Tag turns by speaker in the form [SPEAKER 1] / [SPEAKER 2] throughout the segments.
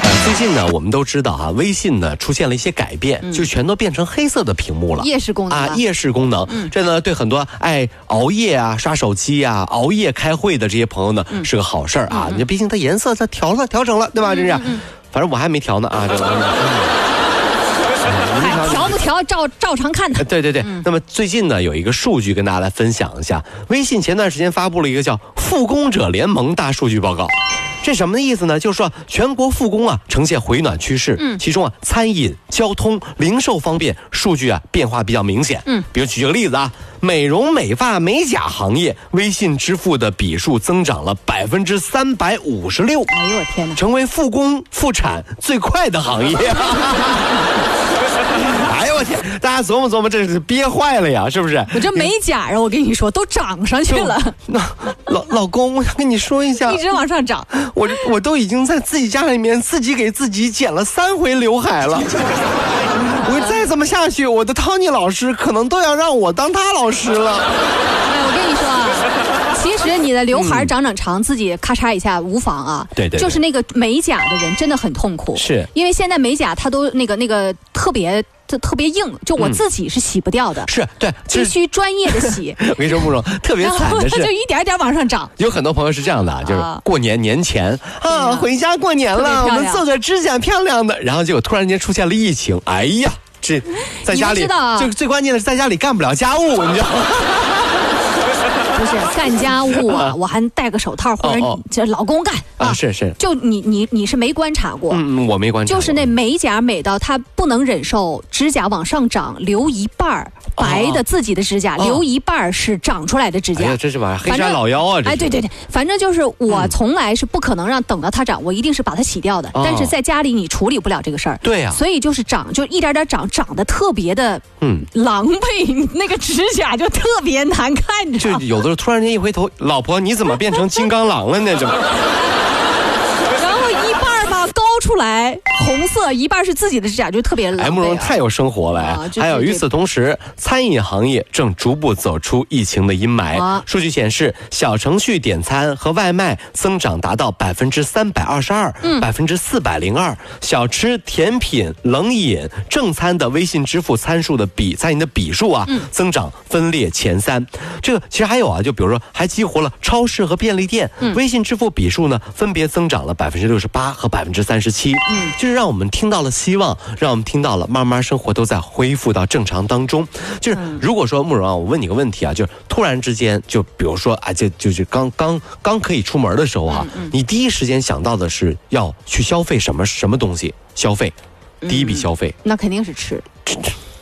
[SPEAKER 1] 呃最近呢，我们都知道啊，微信呢出现了一些改变，就全都变成黑色的屏幕了。
[SPEAKER 2] 嗯夜视功能
[SPEAKER 1] 啊
[SPEAKER 2] 了，嗯
[SPEAKER 1] 夜视功能，这呢对很多爱熬夜啊、刷手机啊、熬夜开会的这些朋友呢，
[SPEAKER 2] 嗯
[SPEAKER 1] 是个好事儿啊。你毕竟它颜色它调了、调整了，对吧？
[SPEAKER 2] 嗯
[SPEAKER 1] 这是，啊反正我还没调呢啊，这玩意儿。
[SPEAKER 2] 哎调不调照照常看它
[SPEAKER 1] 呃。对对对，那么最近呢，有一个数据跟大家来分享一下。微信前段时间发布了一个叫“复工者联盟”大数据报告，这什么的意思呢？就是说全国复工啊呈现回暖趋势，嗯，其中啊餐饮、交通、零售方面数据啊变化比较明显，嗯，比如举个例子啊，美容美发美甲行业微信支付的笔数增长了百分之三百五十六，
[SPEAKER 2] 哎呦我天哪！
[SPEAKER 1] 成为复工复产最快的 行业。哎呦我天！大家琢磨琢磨，这是憋坏了呀，是不是？
[SPEAKER 2] 我这美甲啊，我跟你说都涨上去了，
[SPEAKER 1] 那老老公，我想跟你说一下
[SPEAKER 2] 一，直往 上涨。
[SPEAKER 1] 我我都已经在自己家里面自己给自己剪了三回刘海 了。我再这么下去，我的 Tony 老师可能都要让我当他老师了。
[SPEAKER 2] 哎，我跟你说啊， 其实你的刘海长长长，自己咔嚓一下无妨啊。
[SPEAKER 1] 对对对
[SPEAKER 2] 就是那个美甲的人真的很痛苦，
[SPEAKER 1] 是
[SPEAKER 2] 因为现在美甲它都那个那个特别特特别硬，就我自己是洗不掉的，
[SPEAKER 1] 嗯是对，
[SPEAKER 2] 必须专业的洗
[SPEAKER 1] 。我跟你说，慕容特别
[SPEAKER 2] 然
[SPEAKER 1] 惨
[SPEAKER 2] 后
[SPEAKER 1] 的
[SPEAKER 2] 它
[SPEAKER 1] 是
[SPEAKER 2] 就。一点点往上涨，
[SPEAKER 1] 有很多朋友是这样的啊，就是
[SPEAKER 2] 啊
[SPEAKER 1] 过年年前啊，回家过年
[SPEAKER 2] 特别
[SPEAKER 1] 了，
[SPEAKER 2] 漂
[SPEAKER 1] 我
[SPEAKER 2] 亮
[SPEAKER 1] 们做个指甲漂亮的，然后结果突然间出现了疫情，哎呀，这在
[SPEAKER 2] 你们
[SPEAKER 1] 家里
[SPEAKER 2] 知道，啊
[SPEAKER 1] 最最关键的是在家里干不了家务，你知道吗？
[SPEAKER 2] 不是干家务 啊，我还戴个手套，或者
[SPEAKER 1] 哦哦
[SPEAKER 2] 这老公干
[SPEAKER 1] 啊，是是，
[SPEAKER 2] 就你你你是没观察过，
[SPEAKER 1] 嗯，我没关系，
[SPEAKER 2] 就是那美甲美到他不能忍受指甲往上长，留一半儿白的自己的指甲，
[SPEAKER 1] 哦
[SPEAKER 2] 留一半儿是长出来的指
[SPEAKER 1] 哎
[SPEAKER 2] 甲。
[SPEAKER 1] 呀，这是玩意儿黑
[SPEAKER 2] 反
[SPEAKER 1] 山
[SPEAKER 2] 正
[SPEAKER 1] 老妖啊！这是
[SPEAKER 2] 哎，
[SPEAKER 1] 嗯
[SPEAKER 2] 对对对，反正就是我从来是不可能让等到它长，我一定是把它洗掉的。
[SPEAKER 1] 哦
[SPEAKER 2] 但是在家里你处理不了这个事儿，
[SPEAKER 1] 对呀
[SPEAKER 2] 所以就是长，就一点点长，长得特别的
[SPEAKER 1] 嗯，
[SPEAKER 2] 狼狈，那个指甲就特别难看，你知
[SPEAKER 1] 就
[SPEAKER 2] 道吗？
[SPEAKER 1] 有的时候突然间一回头，老婆你怎么变成金刚狼了呢？怎么？
[SPEAKER 2] 然后一半儿吧高出来红色，一半儿是自己的指甲，就特别狼狈啊。
[SPEAKER 1] 哎，慕容太有生活了哎
[SPEAKER 2] 啊！就是
[SPEAKER 1] 还有，
[SPEAKER 2] 这
[SPEAKER 1] 与此同时，餐饮行业正逐步走出疫情的阴霾。
[SPEAKER 2] 啊
[SPEAKER 1] 数据显示，小程序点餐和外卖增长达到百分之三百二十二、
[SPEAKER 2] 嗯
[SPEAKER 1] 百分之四百零二，小吃、甜品、冷饮、正餐的微信支付参数的比餐饮的比数啊，
[SPEAKER 2] 嗯
[SPEAKER 1] 增长分列前三。这个其实还有啊，就比如说，还激活了超市和便利店，
[SPEAKER 2] 嗯
[SPEAKER 1] 微信支付比数呢分别增长了百分之六十八和百分之三十七。嗯，就是让我们听到了希望，让我们听到了慢慢生活都在恢复到正常当中。就是
[SPEAKER 2] 嗯
[SPEAKER 1] 如果说慕容啊，我问你个问题啊，就是突然之间，就比如说啊，就就是刚刚刚可以出门的时候啊，
[SPEAKER 2] 嗯
[SPEAKER 1] 你第一时间想到的是要去消费什么什么东西？消费，
[SPEAKER 2] 嗯
[SPEAKER 1] 第一笔消费。
[SPEAKER 2] 那肯定是吃。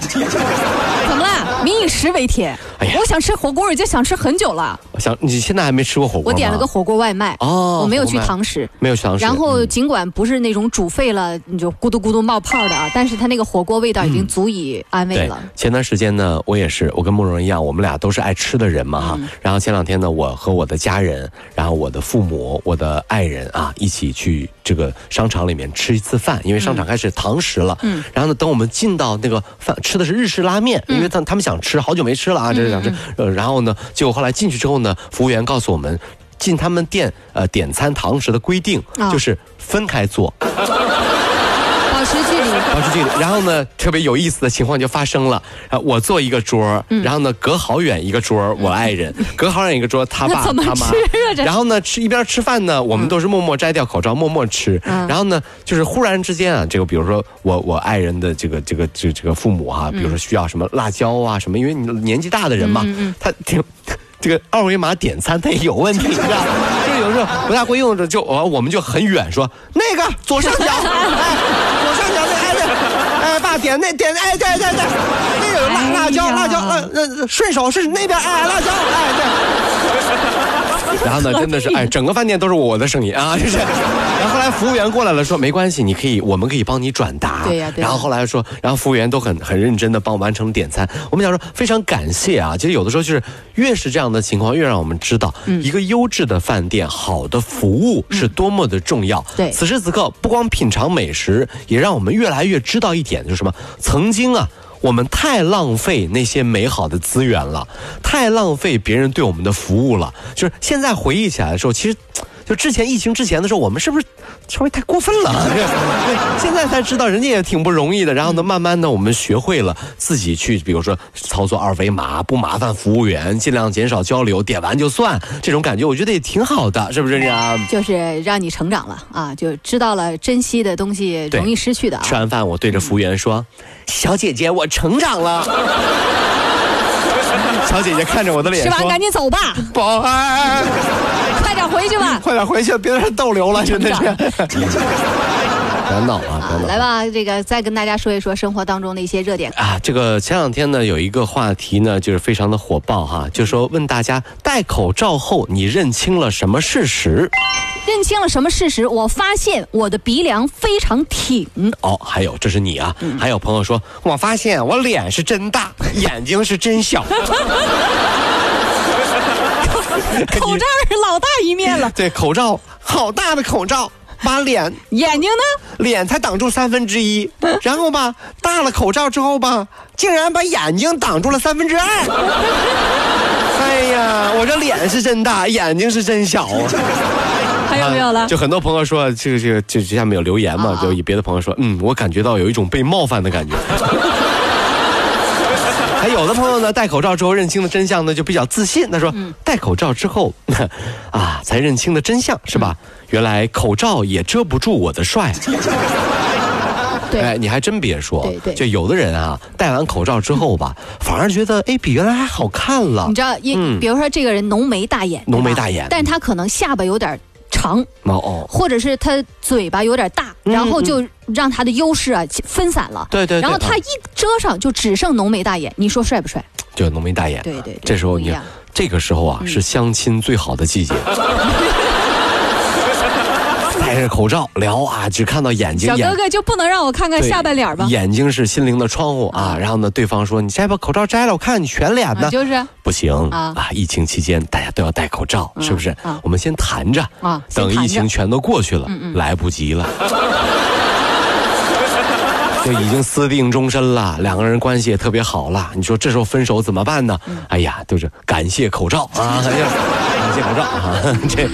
[SPEAKER 2] 怎么啦？民以食为天。
[SPEAKER 1] 哎呀
[SPEAKER 2] 我想吃火锅，我已经想吃很久了。
[SPEAKER 1] 我想你现在还没吃过火锅
[SPEAKER 2] 我
[SPEAKER 1] 吗？
[SPEAKER 2] 点了个火锅外卖，
[SPEAKER 1] 哦
[SPEAKER 2] 我没有去
[SPEAKER 1] 火锅外卖嗯
[SPEAKER 2] 堂食。
[SPEAKER 1] 没有去尝试。
[SPEAKER 2] 然后，尽管不是那种煮沸了你就咕嘟咕嘟冒泡的啊，但是它那个火锅味道已经足以安
[SPEAKER 1] 嗯
[SPEAKER 2] 慰
[SPEAKER 1] 对
[SPEAKER 2] 了。，
[SPEAKER 1] 前段时间呢，我也是，我跟慕容一样，我们俩都是爱吃的人嘛哈。
[SPEAKER 2] 嗯
[SPEAKER 1] 然后前两天呢，我和我的家人，然后我的父母、我的爱人啊，一起去这个商场里面吃一次饭，因为商场开始堂食了。嗯。然后呢，等我们进到那个饭，吃的是日式拉面，
[SPEAKER 2] 嗯
[SPEAKER 1] 因为他他们想吃，好久没吃了啊，这是想吃。呃，然后呢，结果后来进去之后呢，服务员告诉我们。进他们店，呃，点餐堂食的规定、
[SPEAKER 2] 啊
[SPEAKER 1] 就是分开坐，
[SPEAKER 2] 保持距离，
[SPEAKER 1] 保持距离。然后呢，特别有意思的情况就发生了。啊，我坐一个桌儿，
[SPEAKER 2] 嗯
[SPEAKER 1] 然后呢，隔好远一个桌儿，我爱人；隔好远一个桌儿，他爸
[SPEAKER 2] 那怎么
[SPEAKER 1] 他妈
[SPEAKER 2] 吃啊。这
[SPEAKER 1] 然后呢，吃一边吃饭呢，我们都是默默摘掉口罩，默默吃。然后呢，就是忽然之间啊，这个比如说我我爱人的这个这个这个这个父母哈、比如说需要什么辣椒啊什么，因为你年纪大的人嘛，他挺。这个二维码点餐它也有问题，你知道吗？就是有时候不大会用的，就我我们就很远说那个左上角，哎，左上角那哎那哎爸点那点哎对对对，那个有辣辣椒
[SPEAKER 2] 哎呀
[SPEAKER 1] 辣椒呃呃顺手是那边哎辣椒哎对。 然后呢，真 的是哎，整个饭店都是我的声音啊， 就是。然后后来服务员过来了，说没关系，你可以，我们可以帮你转达。
[SPEAKER 2] 对呀对呀
[SPEAKER 1] 然后后来说，然后服务员都很很认真的帮我完成了点餐。我们想说非常感谢啊，其实有的时候就是越是这样的情况，越让我们知道、
[SPEAKER 2] 嗯
[SPEAKER 1] 一个优质的饭店、好的服务是多么的重要。
[SPEAKER 2] 对
[SPEAKER 1] 此时此刻不光品尝美食，也让我们越来越知道一点，就是什么？曾经啊。我们太浪费那些美好的资源了，太浪费别人对我们的服务了。就是现在回忆起来的时候，其实，就之前疫情之前的时候，我们是不是稍微太过分了？ 对，现在才知道人家也挺不容易的。然后呢，慢慢的我们学会了自己去，比如说操作二维码，不麻烦服务员，尽量减少交流，点完就算，这种感觉我觉得也挺好的，是不是这样？
[SPEAKER 2] 就是让你成长了啊，就知道了珍惜的东西
[SPEAKER 1] 对
[SPEAKER 2] 容易失去的啊。
[SPEAKER 1] 吃完饭，我对着服务员说：“小姐姐，我成长了。” 小姐姐看着我的脸
[SPEAKER 2] 吃
[SPEAKER 1] 说：“
[SPEAKER 2] 完赶紧走吧，
[SPEAKER 1] 保安，
[SPEAKER 2] 快点回去吧。
[SPEAKER 1] 快点回去，别在这儿逗留了，真的是。” 别闹啊，别
[SPEAKER 2] 啊
[SPEAKER 1] 闹！
[SPEAKER 2] 来吧，这个再跟大家说一说生活当中的一些热点。
[SPEAKER 1] 啊，这个前两天呢，有一个话题呢，就是非常的火爆哈，就说问大家戴口罩后你认清了什么事实？
[SPEAKER 2] 认清了什么事实？我发现我的鼻梁非常挺，
[SPEAKER 1] 哦，还有这是你啊，还有朋友说，我发现我脸是真大，眼睛是真 小，
[SPEAKER 2] 口罩是老大一 面了，
[SPEAKER 1] 对，口罩好大的口罩，把脸
[SPEAKER 2] 眼睛呢？
[SPEAKER 1] 脸才挡住三分之一，然后吧，戴了口罩之后吧，竟然把眼睛挡住了三分之二。哎呀，我这脸是真大，眼睛是真小。啊
[SPEAKER 2] 还有没有了？
[SPEAKER 1] 就很多朋友说，这个这个这下面有留言嘛
[SPEAKER 2] 啊，啊
[SPEAKER 1] 就有别的朋友说，嗯，我感觉到有一种被冒犯的感觉。还有的朋友呢，戴口罩之后认清了真相呢，就比较自信。他说，
[SPEAKER 2] 嗯
[SPEAKER 1] 戴口罩之后， 啊，才认清了真相，是吧？
[SPEAKER 2] 嗯
[SPEAKER 1] 原来口罩也遮不住我的帅。哎，
[SPEAKER 2] 对，
[SPEAKER 1] 你还真别说，
[SPEAKER 2] 对对
[SPEAKER 1] 就有的人啊，戴完口罩之后 吧，反而觉得哎，比原来还好看了
[SPEAKER 2] 你。知道，因比如说这个人浓眉大眼，
[SPEAKER 1] 嗯浓眉
[SPEAKER 2] 对吧
[SPEAKER 1] 大眼
[SPEAKER 2] 嗯但是他可能下巴有点长，
[SPEAKER 1] 哦哦，
[SPEAKER 2] 或者是他嘴巴有点大，然后就让他的优势啊分散了。
[SPEAKER 1] 嗯对对对嗯
[SPEAKER 2] 然后他一遮上就只剩浓眉大眼，你说帅不帅？
[SPEAKER 1] 就浓眉大眼。
[SPEAKER 2] 对对对
[SPEAKER 1] 这时候
[SPEAKER 2] 不一
[SPEAKER 1] 你
[SPEAKER 2] 样，嗯
[SPEAKER 1] 这个时候啊，是相亲最好的季 节。 戴着口罩聊啊，只看到眼睛，
[SPEAKER 2] 小
[SPEAKER 1] 眼
[SPEAKER 2] 哥哥就不能让我看看
[SPEAKER 1] 对
[SPEAKER 2] 下半脸吗？
[SPEAKER 1] 眼睛是心灵的窗户啊。然后呢，对方说：“你再把口罩摘了，我看看你全脸呢。
[SPEAKER 2] 啊就是啊
[SPEAKER 1] 不行
[SPEAKER 2] 啊
[SPEAKER 1] 啊疫情期间大家都要戴口罩，是不是？
[SPEAKER 2] 啊
[SPEAKER 1] 我们先谈着
[SPEAKER 2] 啊先
[SPEAKER 1] 等
[SPEAKER 2] 谈
[SPEAKER 1] 疫
[SPEAKER 2] 着嗯
[SPEAKER 1] 情全都过去了，来不及 了。就已经私定终身了，两个人关系也特别好了。你说这时候分
[SPEAKER 2] 嗯
[SPEAKER 1] 手怎么办呢？哎呀，就是感谢口罩啊，感谢 感谢口罩啊，这。